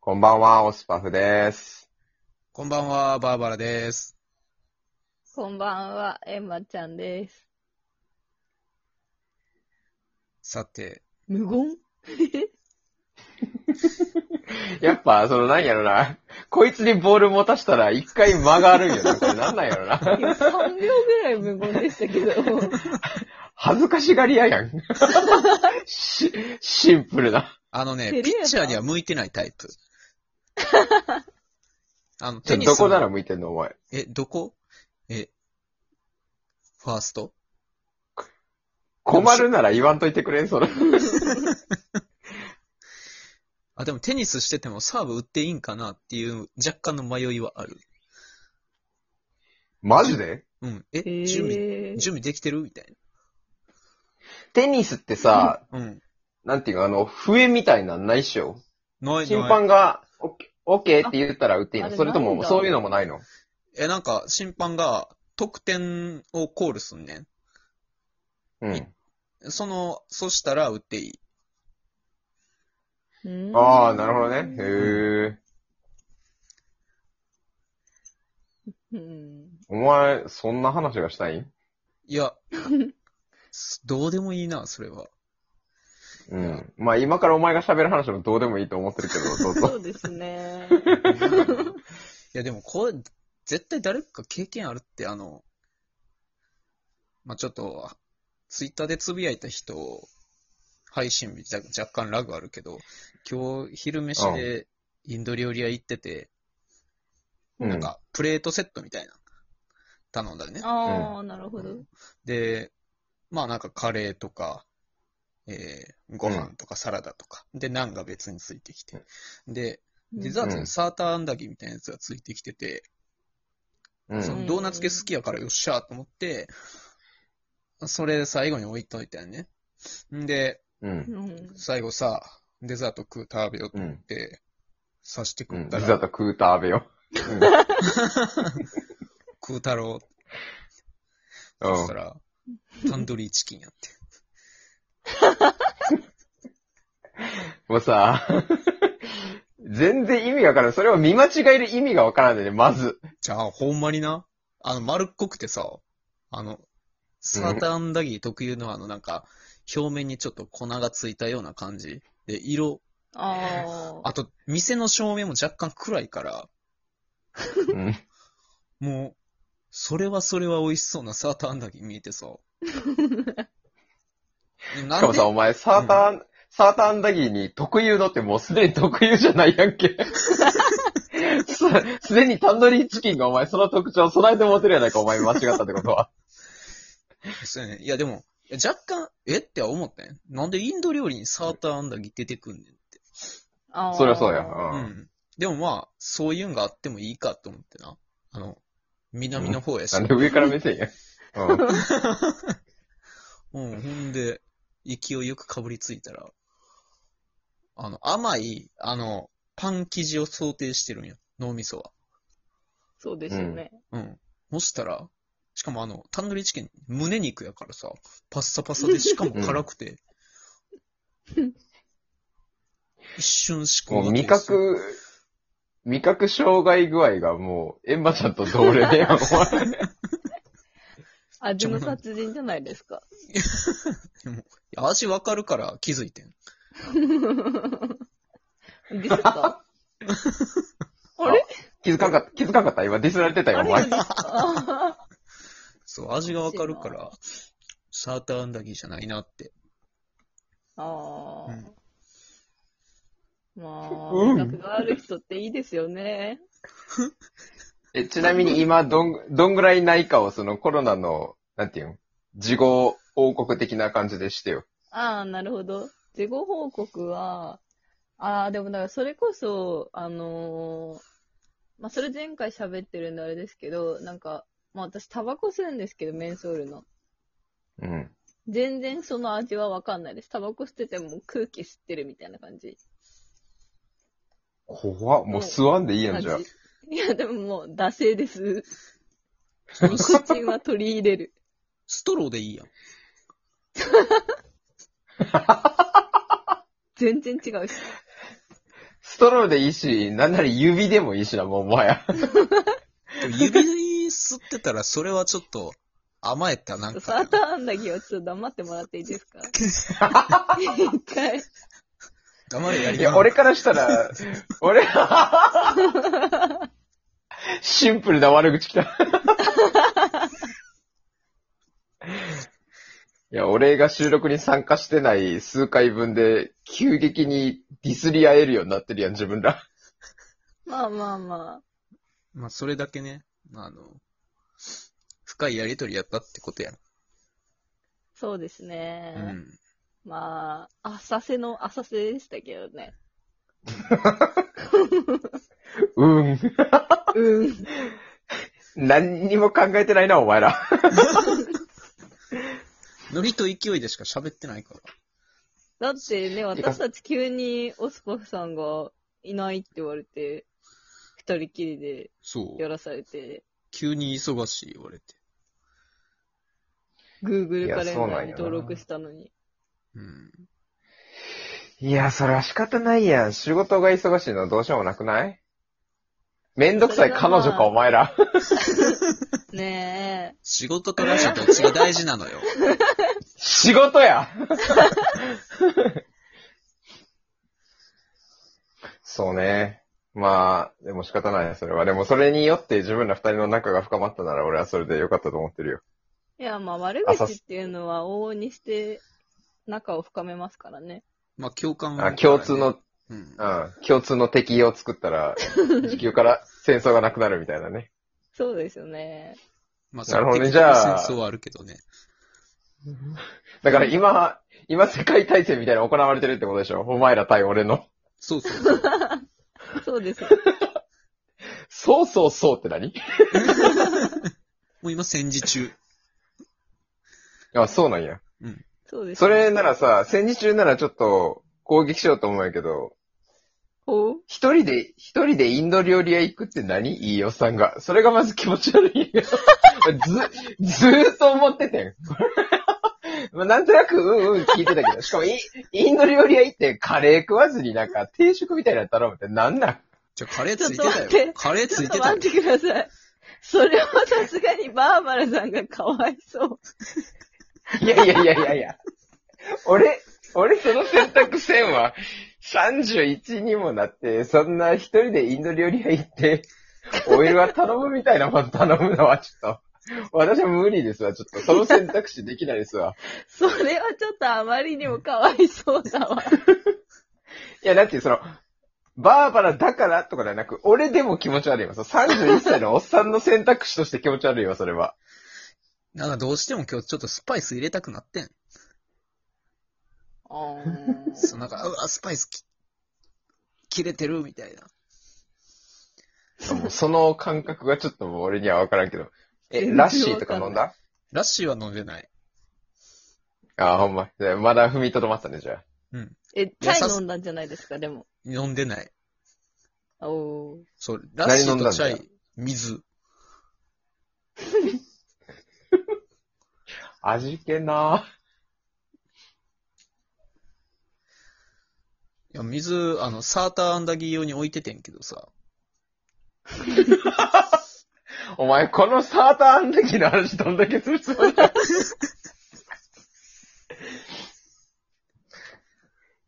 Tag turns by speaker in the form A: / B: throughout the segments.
A: こんばんは、オスパフです。
B: こんばんは、バーバラです。
C: こんばんは、エンマちゃんです。
B: さて、
C: 無言
A: やっぱ、その、なんやろな。こいつにボール持たしたら、一回間があるんやな。これなんなんやろな。
C: いや ?3 秒ぐらい無言でしたけ ど。
A: 恥ずかしがり屋やん。し、シンプルな。
B: あのね、
C: テレ
B: ピ
C: ビ
B: ッチャーには向いてないタイプ。あの、
A: ちょ
B: テニス
A: どこ
B: の
A: なら向いてんの、お前。
B: え、どこえ、ファースト
A: 困るなら言わんといてくれん、その。
B: あ、でもテニスしててもサーブ打っていいんかなっていう若干の迷いはある。
A: マジで
B: うん。え、
C: え
B: 準備、
C: ー、
B: 準備できてるみたい
A: テニスってさ、
B: な。うん。
A: なんていうか、あの、笛みたいなんないっしょ。
B: ない
A: 審
B: ない。
A: 判が、オッケーオッケーって言ったら打っていいの
C: ああれ
A: それと
C: ないん
A: も、
C: だ
A: そういうのもないの
B: え、なんか、審判が得点をコールすんね
A: うん。
B: ん。その、そしたら打っていい。
A: ああ、なるほどね。へえ。
C: どね。
A: お前、そんな話がしたい
B: いや、どうでもいいな、それは。
A: うん。まあ今からお前が喋る話もどうでもいいと思ってるけど、どうぞ。
C: そうで すね。
B: いや、でもこれ、絶対誰か経験あるって、あの、まあ、ちょっと、ツイッターでつぶやいた人、配信日若若干ラグあるけど、今日昼飯でインド料理屋行ってて、
A: うん
B: なんかプレートセットみたいな、頼んだね。
C: ああ、なるほど。
B: で、まあなんかカレーとか、えー、ご飯とかサラダとか、で、ナンが別についてきて、で、デザート
A: うん
B: にサーターアンダギーみたいなやつがついてきてて、
A: うん。
B: そのドーナツ系好きやからよっしゃーと思って、それ最後に置いといたよね。んで、
A: うん。
C: うん
B: 最後さ、デザート食う食べようと
A: う
B: 思っ
A: ん。
B: て、刺して
A: う
B: 食
A: ん。
B: った
A: ザ
B: ら、
A: と食うたべよ。
B: 食うたろう。
A: う
B: そし
A: ん
B: た。ら、タンドリーチキンやって。
A: もうさ、 全然意味がわからない。それを見間違える意味がわからないね、まず。
B: じゃあ、ほんまにな、あの、丸っこくてさ、あの、サーターアンダギー特有のあの、なんか、表面にちょっと粉がついたような感じ。で、色、
C: ああ。
B: あと、店の照明も若干暗いから、
A: うん。
B: もう、それはそれは美味しそうなサーターアンダギー見えてさ。
A: し
B: な
A: か
B: ん
A: も
B: で
A: さ、お前、サーター、サーターアンダギーに特有のってもうすでに特有じゃないやんけ。すすでにタンドリーチキンがお前、その特徴を備えて持てるやないか、お前間違ったってことは。
B: そうやね。いやでも、いや若干、えって思ったね。なんでインド料理にサーターアンダギー出てくんねんって。
C: あー
A: そりゃそうや。
B: う
A: うん。
B: ん。でもまあ、そういうんがあってもいいかと思ってな。あの、南の方やし
A: な。んで上から目線や。うん。
B: うん、ほんで、勢いよくかぶりついたら、あの、甘い、あの、パン生地を想定してるんよ。脳みそは。
C: そうですよね。
B: うん。そしたら、しかもあの、タンドリーチキン、胸肉やからさ、パッサパ サで、しかも辛くて、一瞬しか
A: もう味覚、味覚障害具合がもう、エンマちゃんと同齢やん、お前。
C: 味の殺人じゃないですか。
B: 味わかるから気づいてん。
C: ディスった あれ
A: 気づかんかった、気づかんかった今ディスられてたよ、
C: あ
A: お
C: れが
A: 前
C: デ。ィスった
B: そう、味がわかるから、サーターアンダギーじゃないなって。
C: ああ。まあ、
A: うん
C: 味覚がある人っていいですよね。
A: え、ちなみに今、どん、どんぐらいないかを、そのコロナの、なんていうん、事後王国的な感じでしてよ。
C: ああ、なるほど。事後報告は、ああ、でもだからそれこそ、あのーまあそれ前回喋ってるんであれですけど、なんか、まあ私タバコ吸うんですけど、メンソールの。
A: うん。
C: 全然その味はわかんないです。タバコ吸ってても空気吸ってるみたいな感じ。
A: 怖っ。もう吸わんでいいやん、じゃあ。
C: 味いや、でももう、惰性です。 ニコチンは取り入れる。
B: ストローでいいやん。
C: 全然違うし。
A: ストローでいいし、なんなら指でもいいしな、もうもはや。
B: でも指吸ってたら、それはちょっと甘えた、なん
C: サ
B: か
C: ー。ターアンダギーをちょっと黙ってもらっていいですか一回。
B: 黙れやり
A: いや、俺からしたら、俺、シンプルな悪口来た。いや、俺が収録に参加してない数回分で、急激にディスり合えるようになってるやん、自分ら。
C: まあまあまあ。
B: まあ、それだけね、あの、深いやりとりやったってことやん。
C: そうですね。
B: うん。
C: まあ、浅瀬の浅瀬でしたけどね。
A: うん。
C: うん。
A: 何にも考えてないな、お前ら。
B: ノリと勢いでしか喋ってないから。
C: だってね、私たち急にオスパフさんがいないって言われて、二人きりで
B: そう
C: や。らされて、
B: 急に忙しい言われて。
A: い
C: Google
A: や
C: カレン
A: そうなん
C: ダー
A: よ
C: に
A: な
C: 登録したのに。
B: うん。
A: いや、それは仕方ないやん。仕事が忙しいのはどうしようもなくないめんどくさい彼女か、お前ら。
C: ね
B: 仕事とラジオどっちが大事な のよ。
A: 仕事やそうね。まあ、でも仕方ないね、それは。でもそれによって自分ら二人の仲が深まったなら俺はそれで良かったと思ってるよ。
C: え。いや、まあ悪口っていうのは往々にして仲を深めますからね。
B: まあ、共感は
A: あ共通の、
B: うん。
A: うん、共通の敵を作った ら、地球から戦争がなくなるみたいなね。
C: そうですよね。
B: まあ、
A: なるほどね
B: その
A: じゃあ
B: 戦争はあるけどね。
A: だから今、今世界大戦みたいなの行われてるってことでしょお前ら対俺の。
B: そ うそうそう。
C: そうですよ。
A: そうそうそうって何
B: もう今戦時中。
A: あ、そうなんや。
C: そうです
A: そ
C: よ
A: れならさ、戦時中ならちょっと攻撃しようと思うんやけど、
C: ほう
A: 一人で、一人でインド料理屋行くって何いいよさんが。それがまず気持ち悪いよ。 ず、ずーっと思っててん。 まあなんとなく、うんうん聞いてたけど、しかもイ、インド料理屋行ってカレー食わずになんか定食みたいなの頼むってなんなん
B: じゃあカレーついて
C: ちょっと待った
B: よ
C: て。
B: カレーつ
C: ちょ
B: い
C: ってと
B: たよ
C: 待っ。てください。それはさすがにバーバラさんがかわいそう。
A: いやいやいやいやいや。俺、俺その選択せんわ。31にもなって、そんな一人でインド料理屋行って、オイルは頼むみたいなもん頼むのはちょっと。私は無理ですわ、ちょっと。その選択肢できないですわ。
C: それはちょっとあまりにもかわいそうだわ。
A: いや、だってその、バーバラだからとかではなく、俺でも気持ち悪いわ。その31歳のおっさんの選択肢として気持ち悪いわ、それは。
B: なんかどうしても今日ちょっとスパイス入れたくなってん。そう、なんか、うわ、スパイスき切れてるみたいな。
A: もうその感覚がちょっともう俺にはわからんけど。え、
C: 全然
A: ラッシーとか
C: わか
A: 飲ん
C: んな
A: だ
B: ラッシーは飲んでない。
A: ああ、ほんま。じゃあまだ踏みとどまったね、じゃあ。
B: うん。
C: え、チャイ飲んだんじゃないですか、でも。
B: 飲んでない。
C: おー
B: そう、ラッシーとチャ
A: 何飲んだん
B: イ、水。
A: 味気な
B: や、水、あの、サーターアンダギー用に置いててんけどさ。
A: ぁお前、このサーターアンダギーの話どんだけするつもりだ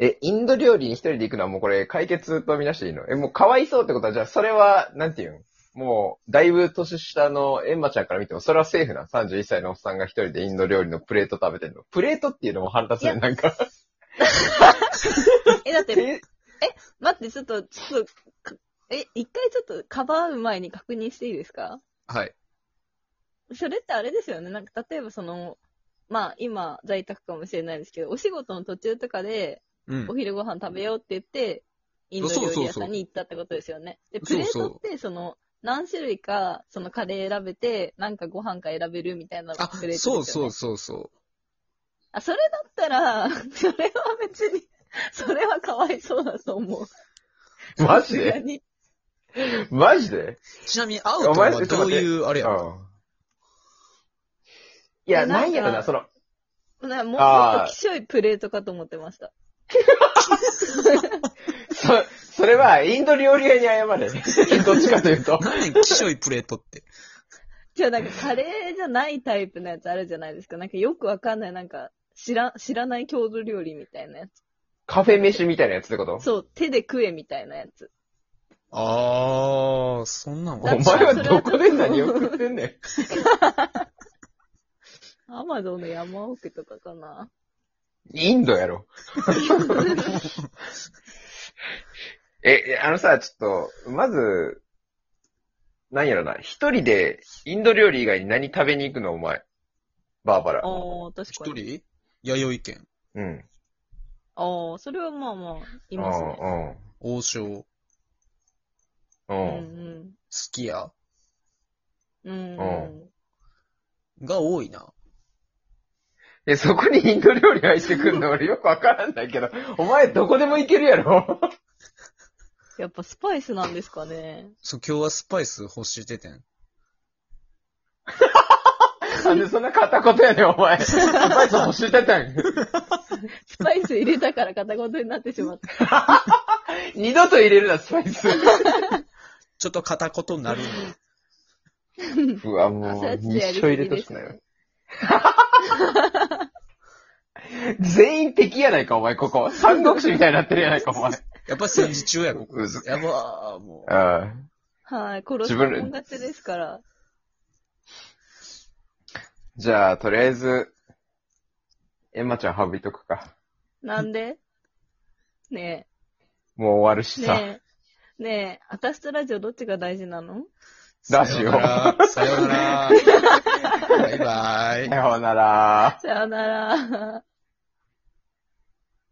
A: え、インド料理に一人で行くのはもうこれ解決とみなしていいのえ、もうかわいそうってことは、じゃあそれは、なんていうんもう、だいぶ年下のエンマちゃんから見ても、それはセーフな。31歳のおっさんが一人でインド料理のプレート食べてんの。プレートっていうのも腹立つね、なんか。
C: え、だって、
A: え
C: 待って、ちょっと、ちょっと、かえ、一回ちょっとかばう前に確認していいですか
B: はい。
C: それってあれですよね。なんか、例えばその、まあ、今、在宅かもしれないですけど、お仕事の途中とかで、
B: うん
C: お。昼ご飯食べようって言って、インド料理屋さんに行ったってことですよね。で、プ
B: そ
C: レー
B: うそう
C: トって、その、何種類か、そのカレー選べて、なんかご飯か選べるみたいなのが
B: あ
C: プレートで、すよ、
B: そ
C: ね。
B: うそうそうそ
C: あ、それだったら、それは別に、それはかわいそうだと思う。
A: マジ
C: さすが
A: で
C: に
A: マジで
B: う。ちなみに、アウトはどういう、あれや
A: う
B: ろ
A: ん。いや、
C: えなんか
A: なんやろな、その、
C: なんかもう
A: あー
C: ちょっときしょいプレートかと思ってました。
A: そ、それれは、インド料理屋に謝れ。 どっちかというと。
B: 何年きしょいプレート って。
C: じゃあなんかカレーじゃないタイプのやつあるじゃないですか。なんかよくわかんない、なんか知ら、知らない郷土料理みたいなや
A: カフェ飯みたいなやつってこと
C: つ。そう、手で食えみたいなやつ。
B: あー、そんなん
A: お
B: は
A: 前はどこで何を食ってんねん。
C: アマゾンの山奥とかかな。
A: インドやろ。え、あのさ、ちょっと、まず、なんやろな、一人でインド料理以外に何食べに行くのお前。バーバラ。
C: ああ、確
B: 一
C: かに。
B: 人弥生県、
A: うん。
C: ああ、それはまあまあ、いますね。
B: 王将、
A: う。
C: うん
A: うん。
C: ん
B: すき家
C: うん。うん
A: うん
B: が多いな。
A: え、そこにインド料理入ってくんの俺よくわからんだけど、お前どこでも行けるやろ
C: やっぱスパイスなんですかね。
B: そう、今日はスパイス欲しててん。
A: なんでそんな片言やねん、お前。スパイス欲してたん。
C: スパイス入れたから片言になってしまった。
A: 二度と入れるな、スパイス。
B: ちょっと片言になるの。
A: うわ、も
C: そうや
A: う
C: っ、て
A: 一
C: や
A: 生
C: りす
A: 入
C: ぎ
A: れてほ
C: で
A: し
C: す
A: くないわ
C: ね。。
A: 全員敵やないか、お前、ここ。三国志みたいになってるやないか、お前。
B: やっぱ戦時中や、 ここ。
A: うず
B: やばー、もう。
A: ああ。
C: はい、殺
A: 自
C: し
A: 分
C: た
A: ら
C: もん勝ちですから。
A: じゃあ、とりあえず、エマちゃん省いとくか。
C: なんでね
A: もう終わる
C: え、
A: しさ。
C: ねえ、ねえ、私とラジオどっちが大事なの
A: ラジオ。
B: さようなら。バイバイ
A: さ。ようなら。
C: さよなら。